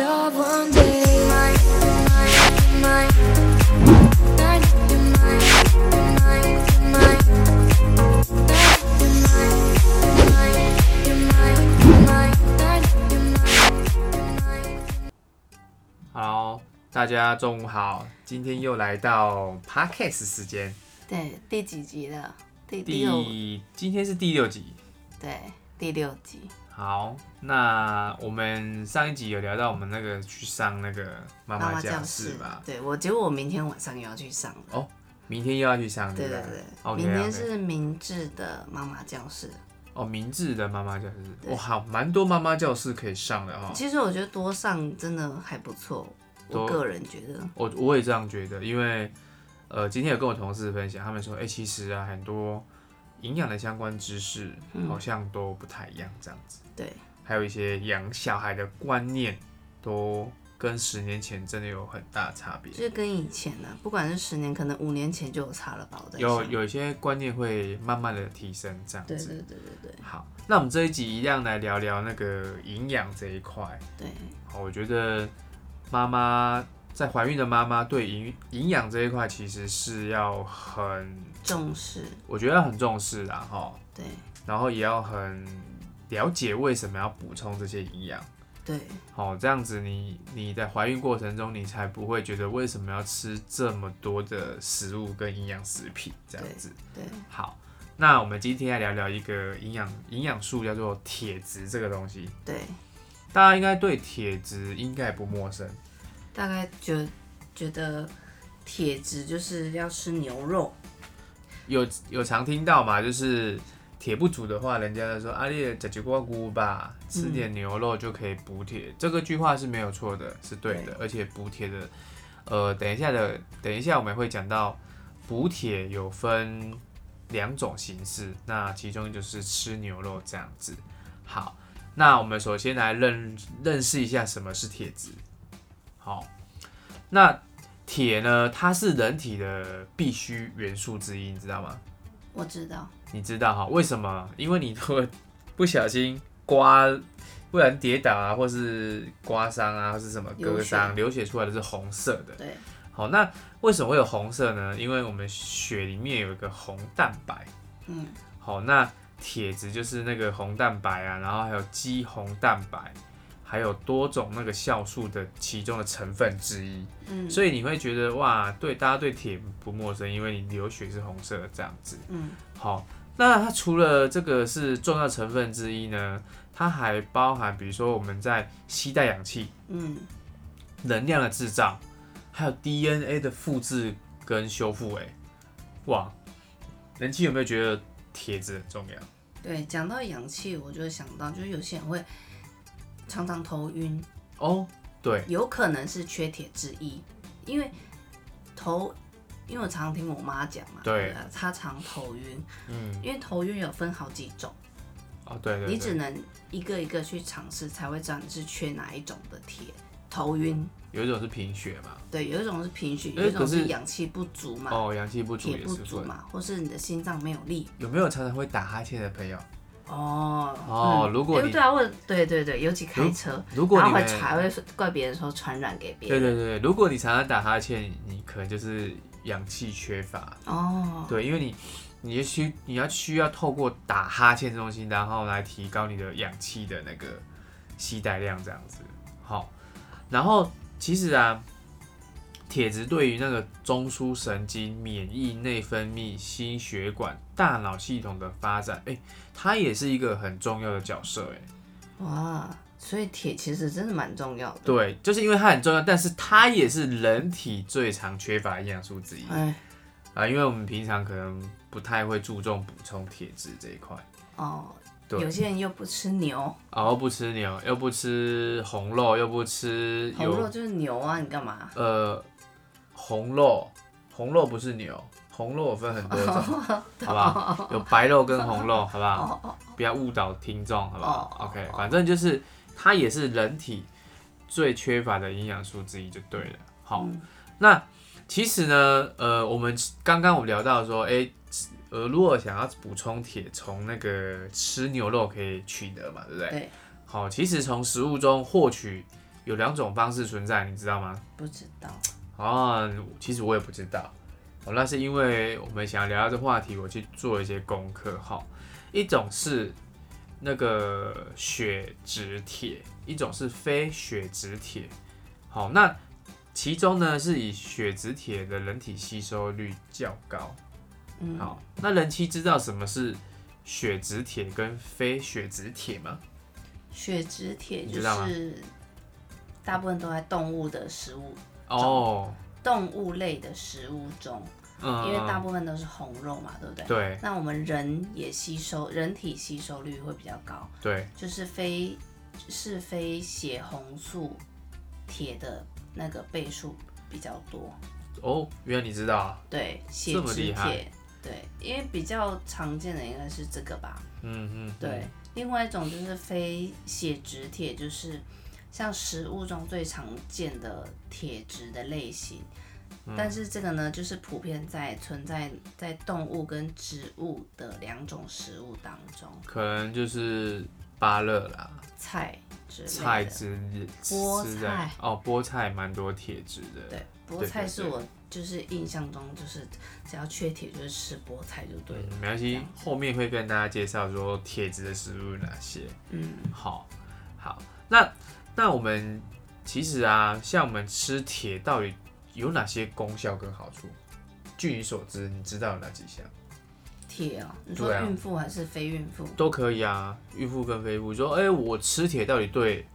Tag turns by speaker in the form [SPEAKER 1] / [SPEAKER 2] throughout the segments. [SPEAKER 1] up one day.
[SPEAKER 2] Hello，大家中午好，今天又来到 Podcast 时间，
[SPEAKER 3] 对，第几集了？第六，
[SPEAKER 2] 第今天是第六集。
[SPEAKER 3] 对，第六集。
[SPEAKER 2] 好，那我们上一集有聊到我们那个去上那个妈妈教室吧？
[SPEAKER 3] 对，我觉得我明天晚上又要去上了。
[SPEAKER 2] 哦明天又啊要去上，
[SPEAKER 3] 对
[SPEAKER 2] 不
[SPEAKER 3] 对
[SPEAKER 2] 对
[SPEAKER 3] 对
[SPEAKER 2] o k
[SPEAKER 3] 明天是明治的妈妈教室。
[SPEAKER 2] 哦，明治的妈妈教室，
[SPEAKER 3] 对
[SPEAKER 2] 哇，好，蛮多妈妈教室可以上的哈、哦。
[SPEAKER 3] 其实我觉得多上真的还不错，
[SPEAKER 2] 多
[SPEAKER 3] 我个人觉得。
[SPEAKER 2] 我我也这样觉得，因为呃，今天有跟我同事分享，他们说，哎、其实啊，很多营养的相关知识好像都不太一样，这样子。
[SPEAKER 3] 嗯对，
[SPEAKER 2] 还有一些养小孩的观念，都跟十年前真的有很大差别
[SPEAKER 3] 就。是跟以前呢、不管是十年，可能五年前就有差了吧？我在想
[SPEAKER 2] 有有一些观念会慢慢的提升，这样
[SPEAKER 3] 对
[SPEAKER 2] 子。
[SPEAKER 3] 对对对
[SPEAKER 2] 好，那我们这一集一样来聊聊那个营养这一块。
[SPEAKER 3] 对对，
[SPEAKER 2] 好，哦我觉得妈妈在怀孕的妈妈对营营养这一块其实是要很，
[SPEAKER 3] 重视，
[SPEAKER 2] 我觉得要很重视啦，哈，
[SPEAKER 3] 对
[SPEAKER 2] 然后也要很了解为什么要补充这些营养。
[SPEAKER 3] 对
[SPEAKER 2] 好，这样子你你在怀孕过程中，你才不会觉得为什么要吃这么多的食物跟营养食品这样子。
[SPEAKER 3] 对，
[SPEAKER 2] 好，那我们今天来聊聊一个营养营养素，叫做铁质这个东西。
[SPEAKER 3] 对，
[SPEAKER 2] 大家应该对铁质应该不陌生，
[SPEAKER 3] 大概觉觉得铁质就是要吃牛肉，
[SPEAKER 2] 有有常听到嘛，就是铁不足的话，人家就说阿丽吃几锅菇吧，吃点牛肉就可以补铁。这个句话是没有错的，是对的，
[SPEAKER 3] 对
[SPEAKER 2] 而且补铁的，呃，等一下的，等一下我们会讲到补铁有分两种形式，那其中就是吃牛肉这样子。好，那我们首先来认认识一下什么是铁质。好，那铁呢，它是人体的必需元素之一，你知道吗？
[SPEAKER 3] 我知道。
[SPEAKER 2] 你知道哈？为什么？因为你如果不小心刮，不然跌倒啊，或是刮伤啊，或是什么割伤，流血出来的是红色的。
[SPEAKER 3] 对
[SPEAKER 2] 好，那为什么会有红色呢？因为我们血里面有一个红蛋白。
[SPEAKER 3] 嗯，
[SPEAKER 2] 好，那铁质就是那个红蛋白啊，然后还有肌红蛋白，还有多种那个酵素的其中的成分之一。
[SPEAKER 3] 嗯
[SPEAKER 2] 所以你会觉得哇，对，大家对铁不陌生，因为你流血是红色的这样子。
[SPEAKER 3] 嗯，
[SPEAKER 2] 好，那它除了这个是重要成分之一呢，它还包含比如说我们在吸带氧气、
[SPEAKER 3] 嗯，
[SPEAKER 2] 能量的制造，还有 DNA 的复制跟修复。哎，哇，人气有没有觉得铁质很重要？
[SPEAKER 3] 对，讲到氧气，我就想到，就是有些人会常常头晕，
[SPEAKER 2] 哦，对，
[SPEAKER 3] 有可能是缺铁之一，因为头，因为我常听我妈讲嘛，
[SPEAKER 2] 对
[SPEAKER 3] 啊，她常头晕，
[SPEAKER 2] 嗯，
[SPEAKER 3] 因为头晕有分好几种，
[SPEAKER 2] 哦，对对对，
[SPEAKER 3] 你只能一个一个去尝试，才会知道你是缺哪一种的铁。头晕，
[SPEAKER 2] 有一种是贫血嘛，
[SPEAKER 3] 对，有一种是贫血，
[SPEAKER 2] 哎
[SPEAKER 3] 有一种
[SPEAKER 2] 可
[SPEAKER 3] 是
[SPEAKER 2] 是
[SPEAKER 3] 氧气不足嘛，
[SPEAKER 2] 哦，阳气不足
[SPEAKER 3] 铁、
[SPEAKER 2] 也
[SPEAKER 3] 不
[SPEAKER 2] 是
[SPEAKER 3] 足
[SPEAKER 2] 会。
[SPEAKER 3] 嘛，或是你的心脏没有力，
[SPEAKER 2] 有没有常常会打哈欠的朋友？
[SPEAKER 3] 哦
[SPEAKER 2] 哦如果
[SPEAKER 3] 哎
[SPEAKER 2] 你
[SPEAKER 3] 嗯对啊，我对对对，尤其开车，
[SPEAKER 2] 如果
[SPEAKER 3] 然
[SPEAKER 2] 你
[SPEAKER 3] 后会
[SPEAKER 2] 们
[SPEAKER 3] 传会说怪别人说传染给别
[SPEAKER 2] 对
[SPEAKER 3] 人，
[SPEAKER 2] 对对，如果你常常打哈欠，你可能就是氧气缺乏。
[SPEAKER 3] 哦，
[SPEAKER 2] 对，因为你你也需你要需要透过打哈欠这东西，然后来提高你的氧气的那个吸带量，这样子。好，然后其实啊，铁质对于那个中枢神经、免疫、内分泌、心血管、大脑系统的发展，哎、它也是一个很重要的角色、哎，
[SPEAKER 3] 哇，所以铁其实真的蛮重要的，
[SPEAKER 2] 对，就是因为它很重要，但是它也是人体最常缺乏的营养素之一
[SPEAKER 3] 哎，
[SPEAKER 2] 啊，因为我们平常可能不太会注重补充铁质这一块。
[SPEAKER 3] 哦，
[SPEAKER 2] 对
[SPEAKER 3] 有些人又不吃牛，
[SPEAKER 2] 然后不吃牛，又不吃红肉，又不吃
[SPEAKER 3] 红肉
[SPEAKER 2] 有
[SPEAKER 3] 就是牛啊，你干嘛？
[SPEAKER 2] 呃红肉，红肉不是牛，红肉有分很 多种，
[SPEAKER 3] 哦
[SPEAKER 2] 好吧？有白肉跟红肉，好不好？不要误导听众，好不好
[SPEAKER 3] 哦
[SPEAKER 2] ？OK，反正就是它也是人体最缺乏的营养素之一，就对了。好，
[SPEAKER 3] 嗯
[SPEAKER 2] 那其实呢，呃，我们刚刚我们聊到说，哎、呃，如果想要补充铁，从那个吃牛肉可以取得嘛，对不对？
[SPEAKER 3] 对，
[SPEAKER 2] 好，其实从食物中获取有两种方式存在，你知道吗？
[SPEAKER 3] 不知道，
[SPEAKER 2] 啊，其实我也不知道。哦，那是因为我们想要聊这话题，我去做一些功课哈。一种是那个血脂铁，一种是非血脂铁。好，那其中呢是以血脂铁的人体吸收率较高。
[SPEAKER 3] 嗯，
[SPEAKER 2] 好，那人妻知道什么是血脂铁跟非血脂铁吗？
[SPEAKER 3] 血脂铁
[SPEAKER 2] 你
[SPEAKER 3] 就
[SPEAKER 2] 知道吗
[SPEAKER 3] 是大部分都在动物的食物、
[SPEAKER 2] 哦，
[SPEAKER 3] 动物类的食物中，
[SPEAKER 2] 嗯，
[SPEAKER 3] 因为大部分都是红肉嘛，对不对？
[SPEAKER 2] 对
[SPEAKER 3] 那我们人也吸收，人体吸收率会比较高，
[SPEAKER 2] 对，
[SPEAKER 3] 就是非是非血红素铁的那个倍数比较多，
[SPEAKER 2] 哦，原来你知道啊，
[SPEAKER 3] 对，血
[SPEAKER 2] 这么
[SPEAKER 3] 脂
[SPEAKER 2] 厉害
[SPEAKER 3] 铁，对，因为比较常见的应该是这个吧，
[SPEAKER 2] 嗯嗯，
[SPEAKER 3] 对，另外一种就是非血脂铁，就是像食物中最常见的铁质的类型。
[SPEAKER 2] 嗯
[SPEAKER 3] 但是这个呢，就是普遍在存在在动物跟植物的两种食物当中，
[SPEAKER 2] 可能就是芭乐啦，
[SPEAKER 3] 菜之类的。
[SPEAKER 2] 菜之
[SPEAKER 3] 菠
[SPEAKER 2] 之类
[SPEAKER 3] 菜
[SPEAKER 2] 哦，菠菜蛮多铁质的，嗯
[SPEAKER 3] 对，菠
[SPEAKER 2] 对
[SPEAKER 3] 菜
[SPEAKER 2] 对
[SPEAKER 3] 是
[SPEAKER 2] 对
[SPEAKER 3] 我就是印象中就是只要缺铁就是吃菠菜就对了
[SPEAKER 2] 嗯。，没关
[SPEAKER 3] 这
[SPEAKER 2] 系
[SPEAKER 3] 样，
[SPEAKER 2] 后面会跟大家介绍说铁质的食物有哪些。
[SPEAKER 3] 嗯，
[SPEAKER 2] 好，好，那那我们其实啊，像我们吃铁到底有哪些功效跟好处？据你所知，你知道有哪几项？
[SPEAKER 3] 铁哦，你说
[SPEAKER 2] 对啊
[SPEAKER 3] 孕妇还是非孕妇？
[SPEAKER 2] 都可以啊，孕妇跟非孕妇说，哎、我吃铁到底对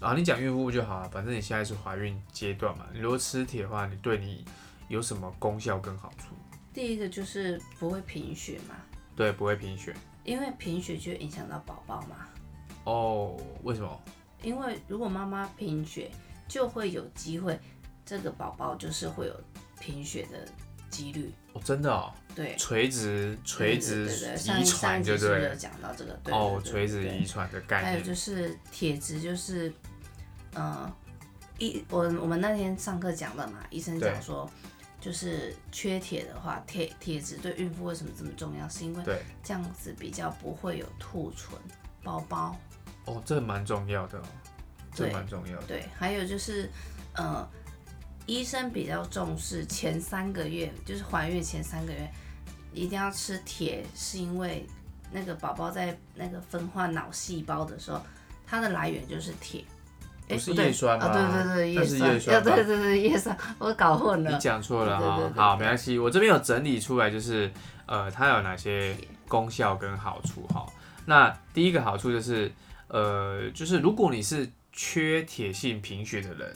[SPEAKER 2] 啊？你讲孕妇就好了，反正你现在是怀孕阶段嘛。你如果吃铁的话，你对你有什么功效跟好处？
[SPEAKER 3] 第一个就是不会贫血嘛，
[SPEAKER 2] 对，不会贫血
[SPEAKER 3] 因为贫血就会影响到宝宝嘛。
[SPEAKER 2] 哦。为什么？
[SPEAKER 3] 因为如果妈妈贫血，就会有机会，这个宝宝就是会有贫血的几率。
[SPEAKER 2] 哦，真的哦，
[SPEAKER 3] 对，
[SPEAKER 2] 垂直垂直
[SPEAKER 3] 对对对上
[SPEAKER 2] 遗
[SPEAKER 3] 一上
[SPEAKER 2] 传
[SPEAKER 3] 一集
[SPEAKER 2] 就是
[SPEAKER 3] 不
[SPEAKER 2] 对
[SPEAKER 3] 是有
[SPEAKER 2] 了
[SPEAKER 3] 讲到这个？对
[SPEAKER 2] 哦，
[SPEAKER 3] 对
[SPEAKER 2] 垂
[SPEAKER 3] 对
[SPEAKER 2] 直
[SPEAKER 3] 对
[SPEAKER 2] 遗传的概
[SPEAKER 3] 还有
[SPEAKER 2] 念。
[SPEAKER 3] 就是铁质，就是呃，医我我们那天上课讲的嘛，医生
[SPEAKER 2] 对
[SPEAKER 3] 讲说，就是缺铁的话，铁铁质对孕妇为什么这么重要？是因为
[SPEAKER 2] 对
[SPEAKER 3] 这样子比较不会有兔唇、包包。
[SPEAKER 2] 哦，这蛮重要的哦，这
[SPEAKER 3] 对
[SPEAKER 2] 蛮重要的。
[SPEAKER 3] 对，还有就是，呃，医生比较重视前三个月，就是怀孕前三个月一定要吃铁，是因为那个宝宝在那个分化脑细胞的时候，它的来源就是铁。
[SPEAKER 2] 不
[SPEAKER 3] 诶
[SPEAKER 2] 是
[SPEAKER 3] 对
[SPEAKER 2] 叶酸
[SPEAKER 3] 啊，
[SPEAKER 2] 吗
[SPEAKER 3] 对对对，
[SPEAKER 2] 那
[SPEAKER 3] 叶
[SPEAKER 2] 是
[SPEAKER 3] 酸，
[SPEAKER 2] 叶酸
[SPEAKER 3] 啊对
[SPEAKER 2] 吧
[SPEAKER 3] 对对叶酸，我搞混
[SPEAKER 2] 你
[SPEAKER 3] 了。
[SPEAKER 2] 讲错了
[SPEAKER 3] 对
[SPEAKER 2] 哈
[SPEAKER 3] 对对，对
[SPEAKER 2] 好，
[SPEAKER 3] 对
[SPEAKER 2] 没关系，我这边有整理出来，就是呃，它有哪些功效跟好处哈。那第一个好处就是，呃，就是如果你是缺铁性贫血的人，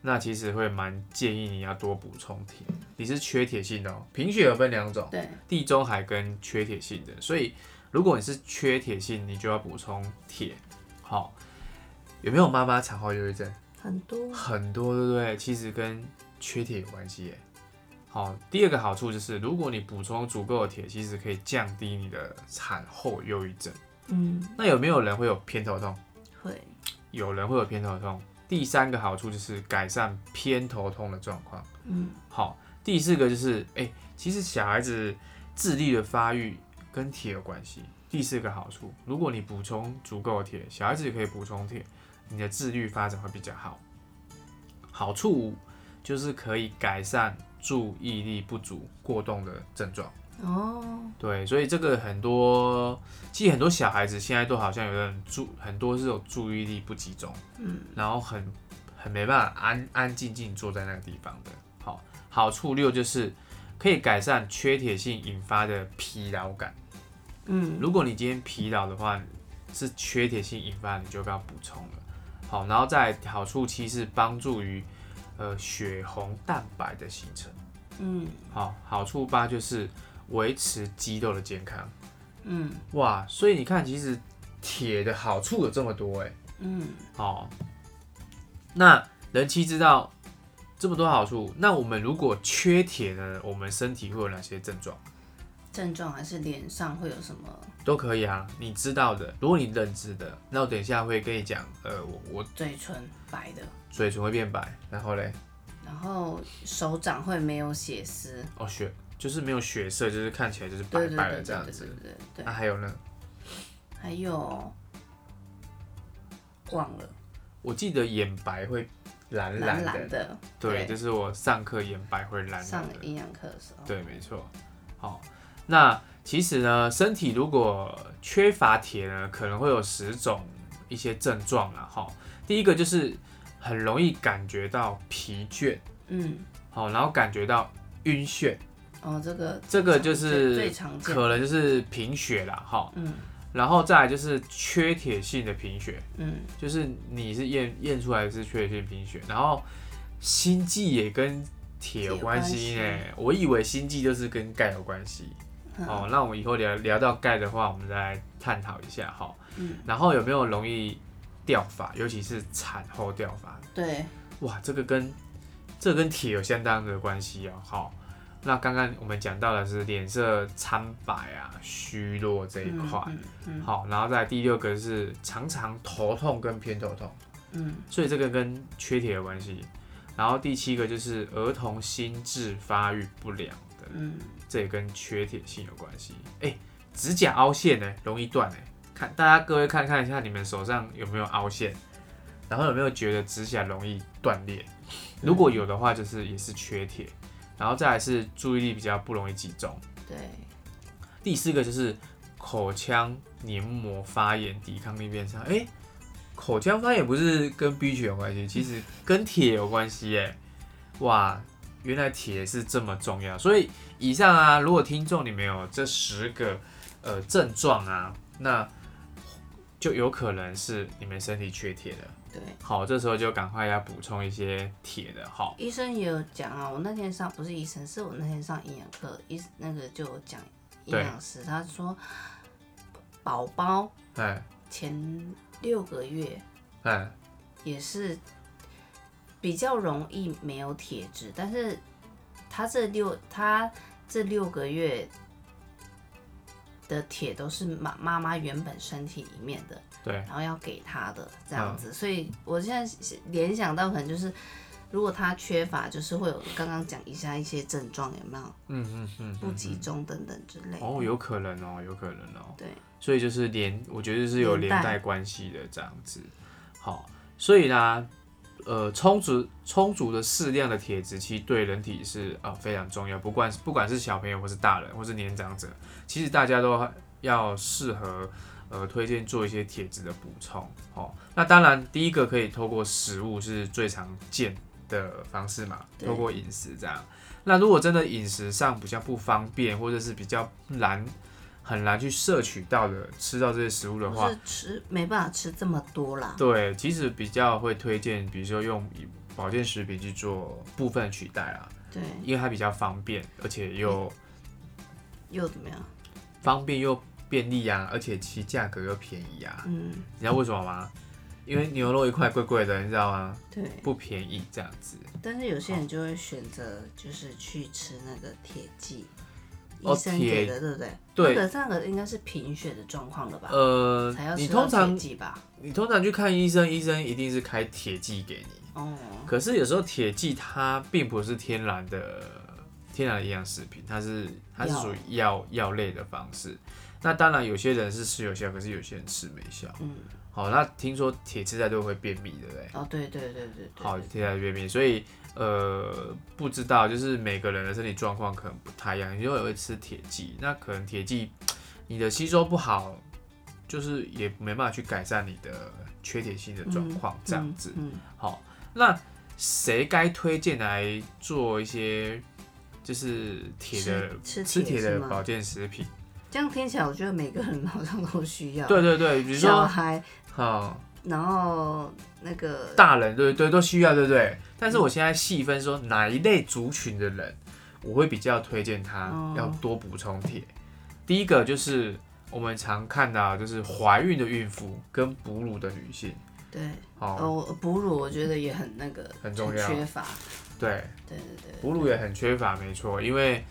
[SPEAKER 2] 那其实会蛮建议你要多补充铁。你是缺铁性的哦，贫血有分两种，
[SPEAKER 3] 对，
[SPEAKER 2] 地中海跟缺铁性的，所以如果你是缺铁性，你就要补充铁。好，有没有妈妈产后忧郁症？
[SPEAKER 3] 很多
[SPEAKER 2] 很多，对不对？其实跟缺铁有关系耶。好，第二个好处就是，如果你补充足够的铁，其实可以降低你的产后忧郁症。
[SPEAKER 3] 嗯
[SPEAKER 2] 那有没有人会有偏头痛？
[SPEAKER 3] 会
[SPEAKER 2] 有人会有偏头痛。第三个好处就是改善偏头痛的状况。
[SPEAKER 3] 嗯
[SPEAKER 2] 好，第四个就是，哎、其实小孩子智力的发育跟铁有关系。第四个好处，如果你补充足够的铁，小孩子也可以补充铁，你的智力发展会比较好。好处五就是可以改善注意力不足过动的症状。
[SPEAKER 3] 哦
[SPEAKER 2] 对，所以这个很多，其实很多小孩子现在都好像有点注，很多是有注意力不集中，
[SPEAKER 3] 嗯，
[SPEAKER 2] 然后很很没办法安安静静坐在那个地方的。好，好处六就是可以改善缺铁性引发的疲劳感。
[SPEAKER 3] 嗯
[SPEAKER 2] 如果你今天疲劳的话，是缺铁性引发，你就要补充了。好，然后再来好处七是帮助于呃血红蛋白的形成。
[SPEAKER 3] 嗯
[SPEAKER 2] 好，好处八就是维持肌肉的健康。
[SPEAKER 3] 嗯
[SPEAKER 2] 哇，所以你看，其实铁的好处有这么多哎。
[SPEAKER 3] 嗯，
[SPEAKER 2] 哦，那人妻知道这么多好处，那我们如果缺铁呢，我们身体会有哪些症状？
[SPEAKER 3] 症状还是脸上会有什么
[SPEAKER 2] 都可以啊，你知道的，如果你认知的，那我等一下会跟你讲。呃，我我
[SPEAKER 3] 嘴唇白的。
[SPEAKER 2] 嘴唇会变白，然后嘞，
[SPEAKER 3] 然后手掌会没有血丝，
[SPEAKER 2] 哦血就是没有血色，就是看起来就是白
[SPEAKER 3] 对对
[SPEAKER 2] 白
[SPEAKER 3] 对
[SPEAKER 2] 的
[SPEAKER 3] 对
[SPEAKER 2] 这
[SPEAKER 3] 对
[SPEAKER 2] 样
[SPEAKER 3] 对
[SPEAKER 2] 子。
[SPEAKER 3] 对对
[SPEAKER 2] 那，还有呢？
[SPEAKER 3] 还有忘了
[SPEAKER 2] 我记得眼白会蓝
[SPEAKER 3] 蓝
[SPEAKER 2] 的，
[SPEAKER 3] 蓝的，
[SPEAKER 2] 对，就是我上课眼白会蓝蓝
[SPEAKER 3] 上
[SPEAKER 2] 的，
[SPEAKER 3] 营养课的时候，
[SPEAKER 2] 对，没错。好，那其实呢，身体如果缺乏铁呢，可能会有十种一些症状啦。哈，第一个就是很容易感觉到疲倦，
[SPEAKER 3] 嗯，
[SPEAKER 2] 好，然后感觉到晕眩，
[SPEAKER 3] 哦，这个
[SPEAKER 2] 这个就是
[SPEAKER 3] 最常见，
[SPEAKER 2] 可能就是贫血啦。哈，
[SPEAKER 3] 嗯
[SPEAKER 2] 然后再来就是缺铁性的贫血，
[SPEAKER 3] 嗯，
[SPEAKER 2] 就是你是验验出来是缺铁性贫血，然后心悸也跟铁有关系呢
[SPEAKER 3] 铁有关。
[SPEAKER 2] 我以为心悸就是跟钙有关系。
[SPEAKER 3] 嗯
[SPEAKER 2] 哦，那我们以后聊聊到钙的话，我们再来探讨一下哈。
[SPEAKER 3] 嗯，
[SPEAKER 2] 然后有没有容易掉发，尤其是产后掉发？
[SPEAKER 3] 对，
[SPEAKER 2] 哇，这个跟这个跟铁有相当的关系哦。好，那刚刚我们讲到的是脸色苍白啊、虚弱这一
[SPEAKER 3] 嗯
[SPEAKER 2] 块。
[SPEAKER 3] 嗯嗯
[SPEAKER 2] 好，然后再来第六个是常常头痛跟偏头痛，
[SPEAKER 3] 嗯，
[SPEAKER 2] 所以这个跟缺铁有关系。然后第七个就是儿童心智发育不良的，
[SPEAKER 3] 嗯，
[SPEAKER 2] 这也跟缺铁性有关系。哎、指甲凹陷呢、容易断哎、看大家各位看看一下你们手上有没有凹陷，然后有没有觉得指甲容易断裂？如果有的话，就是也是缺铁。然后再来是注意力比较不容易集中。
[SPEAKER 3] 对，
[SPEAKER 2] 第四个就是口腔黏膜发炎，抵抗力变差。哎、口腔发炎不是跟 B 群有关系，其实跟铁有关系耶。哇，原来铁是这么重要。所以以上啊，如果听众你们有这十个呃症状啊，那就有可能是你们身体缺铁了。
[SPEAKER 3] 对。
[SPEAKER 2] 好，这时候就赶快要补充一些铁的。好，
[SPEAKER 3] 医生也有讲啊，我那天上不是医生，是我那天上营养课，医那个就有讲营
[SPEAKER 2] 对
[SPEAKER 3] 养师，他说宝宝
[SPEAKER 2] 哎
[SPEAKER 3] 前六个月
[SPEAKER 2] 哎，
[SPEAKER 3] 也是比较容易没有铁质，但是他这六他这六个月的铁都是妈妈妈原本身体里面的，
[SPEAKER 2] 对，
[SPEAKER 3] 然后要给他的这样
[SPEAKER 2] 嗯
[SPEAKER 3] 子，所以我现在是联想到可能就是，如果他缺乏，就是会有刚刚讲一下一些症状有没有
[SPEAKER 2] 嗯嗯嗯，
[SPEAKER 3] 不集中等等之类的。
[SPEAKER 2] 哦，有可能哦，有可能哦。
[SPEAKER 3] 嗯对，
[SPEAKER 2] 所以就是连，我觉得是有连
[SPEAKER 3] 连带
[SPEAKER 2] 带关系的这样子。好，所以呢，呃，充足充足的适量的铁质，其实对人体是呃非常重要。不管不管是小朋友，或是大人，或是年长者，其实大家都要适合呃推荐做一些铁质的补充。哦，那当然，第一个可以透过食物是最常见的方式嘛，
[SPEAKER 3] 对
[SPEAKER 2] 透过饮食这样。那如果真的饮食上比较不方便，或者是比较难很难去摄取到的吃到这些食物的
[SPEAKER 3] 不
[SPEAKER 2] 话，
[SPEAKER 3] 是吃没办法吃这么多啦。
[SPEAKER 2] 对，其实比较会推荐，比如说用保健食品去做部分取代啦，
[SPEAKER 3] 对，
[SPEAKER 2] 因为它比较方便，而且又
[SPEAKER 3] 又怎么样？
[SPEAKER 2] 方便又便利啊，而且其价格又便宜啊。
[SPEAKER 3] 嗯，
[SPEAKER 2] 你知道为什么吗？因为牛肉一块贵贵的，你知道吗？
[SPEAKER 3] 对。
[SPEAKER 2] 不便宜这样子。
[SPEAKER 3] 但是有些人就会选择就是去吃那个铁剂，
[SPEAKER 2] 哦
[SPEAKER 3] 医生给的，对不对？
[SPEAKER 2] 对
[SPEAKER 3] 那个那个应该是贫血的状况了吧？
[SPEAKER 2] 呃
[SPEAKER 3] 才要，
[SPEAKER 2] 你
[SPEAKER 3] 吃到
[SPEAKER 2] 通常
[SPEAKER 3] 铁剂吧？
[SPEAKER 2] 你通常去看医生，医生一定是开铁剂给你。
[SPEAKER 3] 哦，
[SPEAKER 2] 可是有时候铁剂它并不是天然的天然的营养食品，它是它是
[SPEAKER 3] 药
[SPEAKER 2] 属于药药类的方式。那当然有些人是吃有效，可是有些人吃没效。
[SPEAKER 3] 嗯，
[SPEAKER 2] 好，那听说铁吃太多会便秘，对不对？
[SPEAKER 3] 哦，对对对对对对。
[SPEAKER 2] 好，铁太多便秘，所以呃不知道，就是每个人的身体状况可能不太一样，因为会吃铁剂，那可能铁剂你的吸收不好，就是也没办法去改善你的缺铁性的状况，这样子。
[SPEAKER 3] 嗯，嗯
[SPEAKER 2] 好，那谁该推荐来做一些就是铁的
[SPEAKER 3] 吃吃
[SPEAKER 2] 吃铁
[SPEAKER 3] 铁是
[SPEAKER 2] 的
[SPEAKER 3] 吗
[SPEAKER 2] 保健食品？
[SPEAKER 3] 这样听起来，我觉得每个人好像都需要。，
[SPEAKER 2] 对对对，比如
[SPEAKER 3] 小
[SPEAKER 2] 说，
[SPEAKER 3] 孩，
[SPEAKER 2] 嗯，
[SPEAKER 3] 然后那个
[SPEAKER 2] 大人对对都需要，对不对？但是我现在细分说哪一类族群的人，我会比较推荐他
[SPEAKER 3] 哦
[SPEAKER 2] 要多补充铁。第一个就是我们常看到，啊就是怀孕的孕妇跟哺乳的女性，
[SPEAKER 3] 对，
[SPEAKER 2] 哦，
[SPEAKER 3] 哦，哺乳我觉得也很那个，
[SPEAKER 2] 很重要
[SPEAKER 3] 缺乏。
[SPEAKER 2] 对，
[SPEAKER 3] 对对对
[SPEAKER 2] 哺乳也很缺乏，没错，因为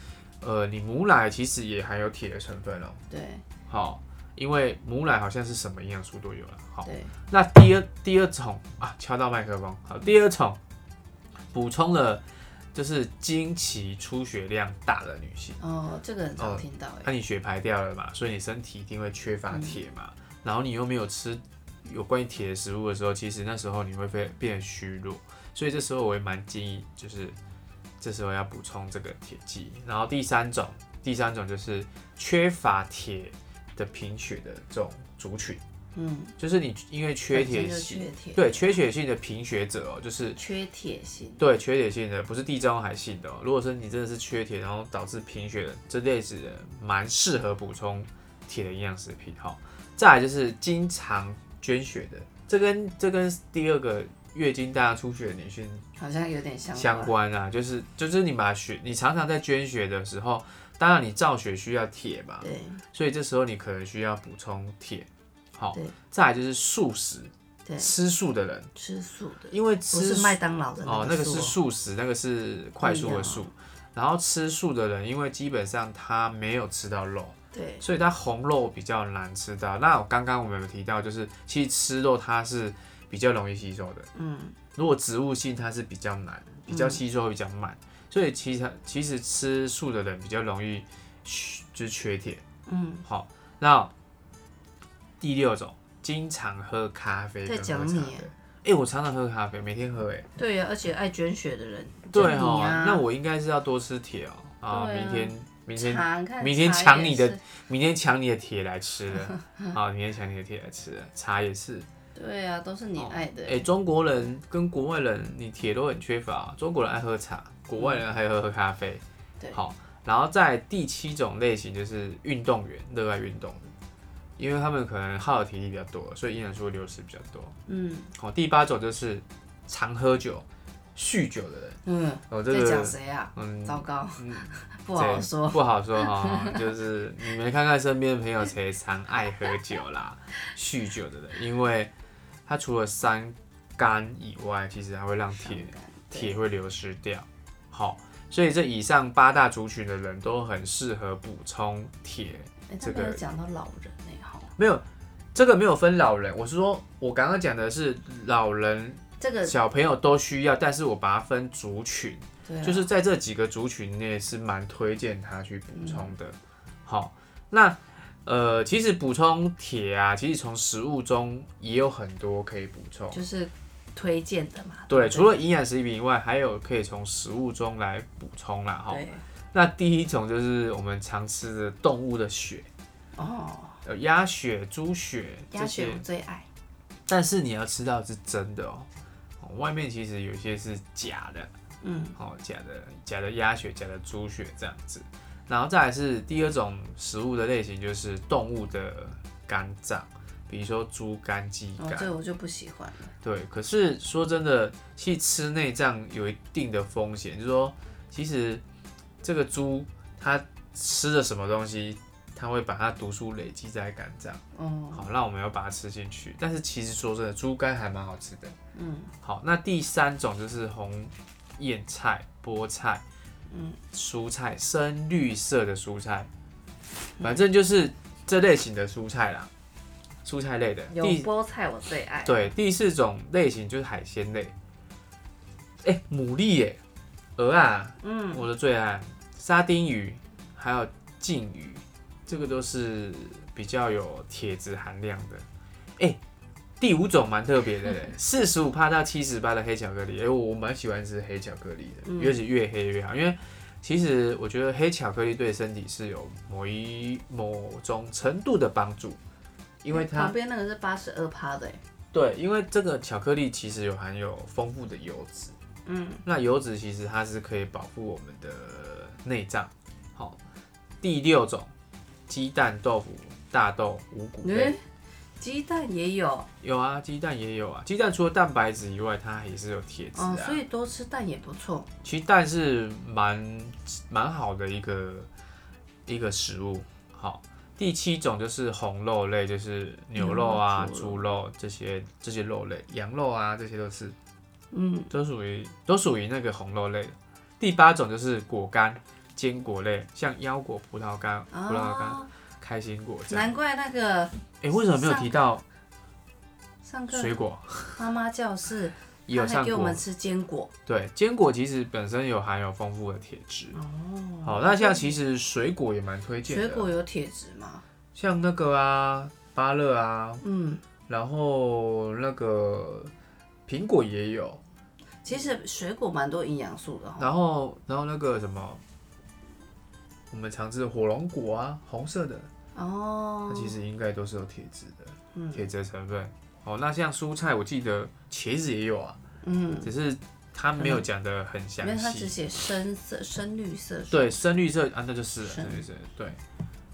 [SPEAKER 2] 呃，你母奶其实也含有铁的成分哦。
[SPEAKER 3] 对
[SPEAKER 2] 好，因为母奶好像是什么营养素都有了。好，
[SPEAKER 3] 对，
[SPEAKER 2] 那第二第二种啊，敲到麦克风。好，第二种补充了就是经期出血量大的女性，
[SPEAKER 3] 哦，这个很常听到
[SPEAKER 2] 那、
[SPEAKER 3] 哎。嗯
[SPEAKER 2] 你血排掉了嘛，所以你身体一定会缺乏铁嘛，然后你又没有吃有关于铁的食物的时候，其实那时候你会变变得虚弱，所以这时候我也蛮建议，就是这时候要补充这个铁剂。然后第三种，第三种就是缺乏铁的贫血的这种族群，
[SPEAKER 3] 嗯，
[SPEAKER 2] 就是你因为缺铁
[SPEAKER 3] 本身就
[SPEAKER 2] 性，
[SPEAKER 3] 缺铁，
[SPEAKER 2] 对缺血性的贫血者哦，就是
[SPEAKER 3] 缺铁型，
[SPEAKER 2] 对缺铁性的，不是地中海性的、哦。如果说你真的是缺铁，然后导致贫血的这类子的，蛮适合补充铁的营养食品哈、再来就是经常捐血的，这跟这跟第二个月经大出血的女性
[SPEAKER 3] 好像有点相
[SPEAKER 2] 相关啊，就是就是你把血，你常常在捐血的时候，当然你造血需要铁嘛，
[SPEAKER 3] 对，
[SPEAKER 2] 所以这时候你可能需要补充铁。好
[SPEAKER 3] 对，
[SPEAKER 2] 再来就是素食，
[SPEAKER 3] 对
[SPEAKER 2] 吃素的人，
[SPEAKER 3] 吃素的，
[SPEAKER 2] 因为
[SPEAKER 3] 不
[SPEAKER 2] 吃
[SPEAKER 3] 是麦当劳的
[SPEAKER 2] 哦，那个
[SPEAKER 3] 素
[SPEAKER 2] 是素食，那个是快速
[SPEAKER 3] 不一
[SPEAKER 2] 的
[SPEAKER 3] 样啊
[SPEAKER 2] 素。然后吃素的人，因为基本上他没有吃到肉，
[SPEAKER 3] 对
[SPEAKER 2] 所以他红肉比较难吃到。那我刚刚我们有提到，就是其实吃肉它是比较容易吸收的，
[SPEAKER 3] 嗯，
[SPEAKER 2] 如果植物性它是比较难，比较吸收比较慢，所以其实其实吃素的人比较容易缺就是缺铁。
[SPEAKER 3] 嗯，
[SPEAKER 2] 好，那第六种，经常喝咖啡
[SPEAKER 3] 在
[SPEAKER 2] 跟喝茶
[SPEAKER 3] 讲
[SPEAKER 2] 的。
[SPEAKER 3] 你
[SPEAKER 2] 哎、我常常喝咖啡，每天喝哎、
[SPEAKER 3] 对呀、而且爱捐血的人，
[SPEAKER 2] 对
[SPEAKER 3] 就
[SPEAKER 2] 哦，
[SPEAKER 3] 你啊，
[SPEAKER 2] 那我应该是要多吃铁哦。啊，
[SPEAKER 3] 对啊
[SPEAKER 2] 明天明天
[SPEAKER 3] 茶看
[SPEAKER 2] 明天
[SPEAKER 3] 茶
[SPEAKER 2] 抢
[SPEAKER 3] 也
[SPEAKER 2] 你的
[SPEAKER 3] 是，
[SPEAKER 2] 明天抢你的铁来吃 了。啊，明天抢你的铁来吃了，茶也是。
[SPEAKER 3] 对啊，都是你爱的，
[SPEAKER 2] 哎、中国人跟国外人，你铁都很缺乏。哦中国人爱喝茶，国外人还喝喝咖啡。
[SPEAKER 3] 嗯对
[SPEAKER 2] 好，然后在第七种类型就是运动员，热爱运动的，因为他们可能耗的体力比较多，所以营养素流失比较多。
[SPEAKER 3] 嗯
[SPEAKER 2] 好，第八种就是常喝酒、酗酒的人。
[SPEAKER 3] 嗯，
[SPEAKER 2] 哦，这
[SPEAKER 3] 在讲
[SPEAKER 2] 个
[SPEAKER 3] 谁啊？
[SPEAKER 2] 嗯，
[SPEAKER 3] 糟糕，
[SPEAKER 2] 嗯
[SPEAKER 3] 不好
[SPEAKER 2] 这
[SPEAKER 3] 说，
[SPEAKER 2] 不好说哈、 就是你们看看身边朋友谁常爱喝酒 啦、酗酒的人，因为它除了伤肝以外，其实还会让铁
[SPEAKER 3] 伤感对
[SPEAKER 2] 铁会流失掉。好，所以这以上八大族群的人都很适合补充铁。
[SPEAKER 3] 哎，他
[SPEAKER 2] 这
[SPEAKER 3] 没有
[SPEAKER 2] 个
[SPEAKER 3] 讲到老人哎、好，
[SPEAKER 2] 没有这个没有分老人，我是说我刚刚讲的是老人、
[SPEAKER 3] 这个
[SPEAKER 2] 小朋友都需要，但是我把它分族群。
[SPEAKER 3] 对、啊，
[SPEAKER 2] 就是在这几个族群内是蛮推荐他去补充的。
[SPEAKER 3] 嗯
[SPEAKER 2] 好，那呃，其实补充铁啊，其实从食物中也有很多可以补充。
[SPEAKER 3] 就是推荐的嘛，
[SPEAKER 2] 对，
[SPEAKER 3] 不
[SPEAKER 2] 除了营养食品以外，还有可以从食物中来补充啦。哈，
[SPEAKER 3] 对
[SPEAKER 2] 那第一种就是我们常吃的动物的血，
[SPEAKER 3] 哦，
[SPEAKER 2] 有鸭血、猪血
[SPEAKER 3] 鸭
[SPEAKER 2] 这
[SPEAKER 3] 血
[SPEAKER 2] 些，
[SPEAKER 3] 我最爱，
[SPEAKER 2] 但是你要吃到是真的哦。哦外面其实有些是假的，
[SPEAKER 3] 嗯，
[SPEAKER 2] 哦，假的假的鸭血、假的猪血这样子。然后再来是第二种食物的类型，就是动物的肝脏，比如说猪肝、鸡
[SPEAKER 3] 哦，
[SPEAKER 2] 肝。
[SPEAKER 3] 这个我就不喜欢了，
[SPEAKER 2] 对，可是说真的，去吃内脏有一定的风险，就是说，其实这个猪它吃了什么东西，它会把它毒素累积在肝脏，
[SPEAKER 3] 哦，
[SPEAKER 2] 好，那我们要把它吃进去。但是其实说真的，猪肝还蛮好吃的。
[SPEAKER 3] 嗯
[SPEAKER 2] 好，那第三种就是红叶菜、菠菜、
[SPEAKER 3] 嗯，
[SPEAKER 2] 蔬菜，深绿色的蔬菜，
[SPEAKER 3] 嗯
[SPEAKER 2] 反正就是这类型的蔬菜啦，蔬菜类的。
[SPEAKER 3] 有
[SPEAKER 2] 第
[SPEAKER 3] 菠菜我最爱，
[SPEAKER 2] 对第四种类型就是海鲜类，哎、牡蛎耶，鹅啊，
[SPEAKER 3] 嗯，
[SPEAKER 2] 我的最爱，沙丁鱼，还有鲭鱼，这个都是比较有铁质含量的。哎、第五种蛮特别的 嘞，四十五帕到七十帕的黑巧克力。哎、我蛮喜欢吃黑巧克力的，
[SPEAKER 3] 嗯
[SPEAKER 2] 尤其越黑越好，因为其实我觉得黑巧克力对身体是有某一某种程度的帮助，因为它
[SPEAKER 3] 旁边那个是八十二趴
[SPEAKER 2] 欸
[SPEAKER 3] 的、哎
[SPEAKER 2] 对，因为这个巧克力其实有含有丰富的油脂。
[SPEAKER 3] 嗯，
[SPEAKER 2] 那油脂其实它是可以保护我们的内脏。好，第六种，鸡蛋、豆腐、大豆、五谷类。
[SPEAKER 3] 嗯，鸡蛋也有
[SPEAKER 2] 有啊，鸡蛋也有啊。鸡蛋除了蛋白质以外，它也是有铁质啊
[SPEAKER 3] 哦，。所以多吃蛋也不错，
[SPEAKER 2] 其实蛋是蛮蛮好的一个一个食物。好，第七种就是红肉类，就是牛肉啊、
[SPEAKER 3] 牛肉
[SPEAKER 2] 猪肉这些这些肉类，羊肉啊这些都是
[SPEAKER 3] 嗯，
[SPEAKER 2] 都属于都属于那个红肉类。第八种就是果干、坚果类，像腰果、葡萄干、葡萄干、
[SPEAKER 3] 啊，
[SPEAKER 2] 开心果这样。
[SPEAKER 3] 难怪那个
[SPEAKER 2] 哎、为什么没有提到
[SPEAKER 3] 上课
[SPEAKER 2] 水果？
[SPEAKER 3] 妈妈教室，
[SPEAKER 2] 也有
[SPEAKER 3] 她还
[SPEAKER 2] 上
[SPEAKER 3] 给我
[SPEAKER 2] 过
[SPEAKER 3] 们。吃坚果
[SPEAKER 2] 对，坚果其实本身有含有丰富的铁质。
[SPEAKER 3] 哦。
[SPEAKER 2] 好，那像其实水果也蛮推荐的，
[SPEAKER 3] 水果有铁质吗？
[SPEAKER 2] 像那个啊，芭乐啊，
[SPEAKER 3] 嗯，
[SPEAKER 2] 然后那个苹果也有，
[SPEAKER 3] 哦其实水果蛮多营养素的哦哈。
[SPEAKER 2] 然后然后那个什么，我们常吃的火龙果啊，红色的，
[SPEAKER 3] 哦
[SPEAKER 2] 它，其实应该都是有铁质的，
[SPEAKER 3] 嗯
[SPEAKER 2] 铁质的成分。哦，那像蔬菜，我记得茄子也有啊，
[SPEAKER 3] 嗯，
[SPEAKER 2] 只是它没有讲的很详
[SPEAKER 3] 因嗯为它只
[SPEAKER 2] 细。
[SPEAKER 3] 写深色、深绿色水
[SPEAKER 2] 对，深绿色啊，那就是了
[SPEAKER 3] 深
[SPEAKER 2] 深绿色。对，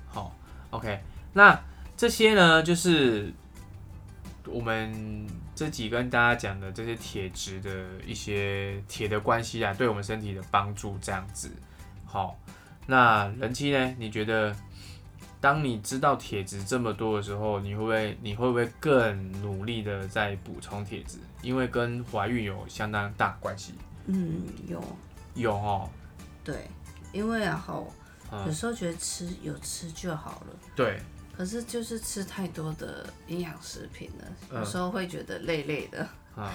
[SPEAKER 2] 好，OK，那这些呢，就是我们这集跟大家讲的这些铁质的一些铁的关系啊，对我们身体的帮助这样子。好，那人妻呢？你觉得，当你知道铁质这么多的时候，你会不会你会不会更努力的在补充铁质？因为跟怀孕有相当大关系。
[SPEAKER 3] 嗯，有
[SPEAKER 2] 有哦，
[SPEAKER 3] 对，因为然后有
[SPEAKER 2] 嗯，
[SPEAKER 3] 时候觉得吃有吃就好了，
[SPEAKER 2] 对，
[SPEAKER 3] 可是就是吃太多的营养食品了，
[SPEAKER 2] 嗯
[SPEAKER 3] 有时候会觉得累累的，
[SPEAKER 2] 啊，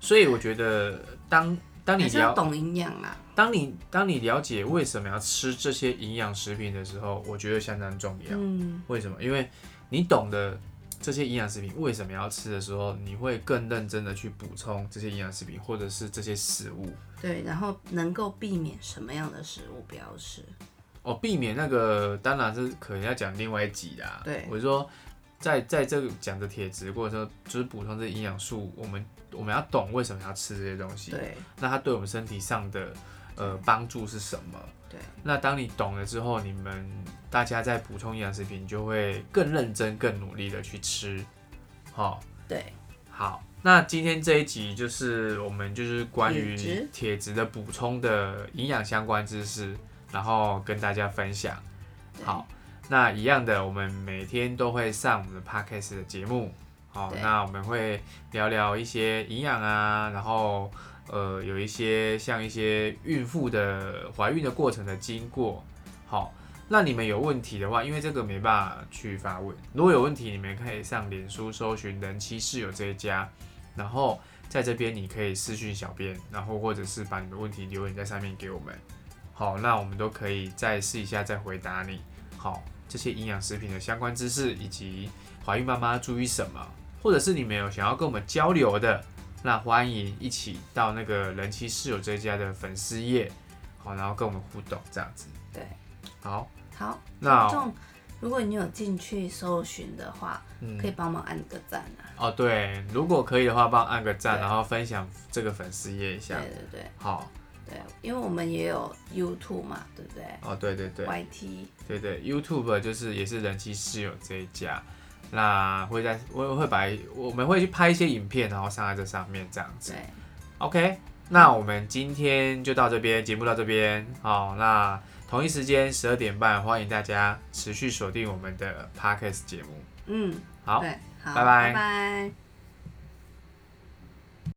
[SPEAKER 2] 所以我觉得当当你
[SPEAKER 3] 还是要
[SPEAKER 2] 了
[SPEAKER 3] 懂营养啊啦。
[SPEAKER 2] 当你当你了解为什么要吃这些营养食品的时候，我觉得相当重要。
[SPEAKER 3] 嗯，
[SPEAKER 2] 为什么？因为你懂得这些营养食品为什么要吃的时候，你会更认真的去补充这些营养食品或者是这些食物
[SPEAKER 3] 对，然后能够避免什么样的食物不要吃？
[SPEAKER 2] 哦，避免那个当然是可能要讲另外一集啦。
[SPEAKER 3] 对
[SPEAKER 2] 我说在在这个讲的铁质或者说就是补充这些营养素，我们我们要懂为什么要吃这些东西。
[SPEAKER 3] 对
[SPEAKER 2] 那它对我们身体上的呃帮助是什么？
[SPEAKER 3] 对，
[SPEAKER 2] 那当你懂了之后，你们大家在补充营养食品，你就会更认真、更努力的去吃。好、
[SPEAKER 3] 对，
[SPEAKER 2] 好，那今天这一集就是我们就是关于
[SPEAKER 3] 铁质
[SPEAKER 2] 铁质的补充的营养相关知识，然后跟大家分享。
[SPEAKER 3] 对
[SPEAKER 2] 好，那一样的，我们每天都会上我们的 podcast 的节目。好，
[SPEAKER 3] 对
[SPEAKER 2] 那我们会聊聊一些营养啊，然后呃，有一些像一些孕妇的怀孕的过程的经过。好，那你们有问题的话，因为这个没办法去发问，如果有问题，你们可以上脸书搜寻“人妻室友”这一家，然后在这边你可以私讯小编，然后或者是把你的问题留言在上面给我们。好，那我们都可以再试一下，再回答你。好，这些营养食品的相关知识，以及怀孕妈妈注意什么，或者是你们有想要跟我们交流的，那欢迎一起到那个人妻室友这一家的粉丝页，好，然后跟我们互动这样子。
[SPEAKER 3] 对，
[SPEAKER 2] 好，
[SPEAKER 3] 好，
[SPEAKER 2] 那
[SPEAKER 3] 听众，如果你有进去搜寻的话，
[SPEAKER 2] 嗯
[SPEAKER 3] 可以帮忙按个赞啊。
[SPEAKER 2] 哦对，如果可以的话，帮我按个赞，
[SPEAKER 3] 对
[SPEAKER 2] 然后分享这个粉丝页一
[SPEAKER 3] 对
[SPEAKER 2] 下。
[SPEAKER 3] 对对
[SPEAKER 2] 好，
[SPEAKER 3] 对，因为我们也有 YouTube 嘛，对不对
[SPEAKER 2] 哦对对对。
[SPEAKER 3] y t
[SPEAKER 2] 对对，YouTube 就是也是人气室友这一家，那会在我会把我们会去拍一些影片，然后上在这上面这样子。
[SPEAKER 3] 对，
[SPEAKER 2] OK，那我们今天就到这边，节目到这边，好，那同一时间十二点半，欢迎大家持续锁定我们的 Podcast 节目。
[SPEAKER 3] 嗯，
[SPEAKER 2] 好
[SPEAKER 3] 对，好，
[SPEAKER 2] 拜拜
[SPEAKER 3] 拜拜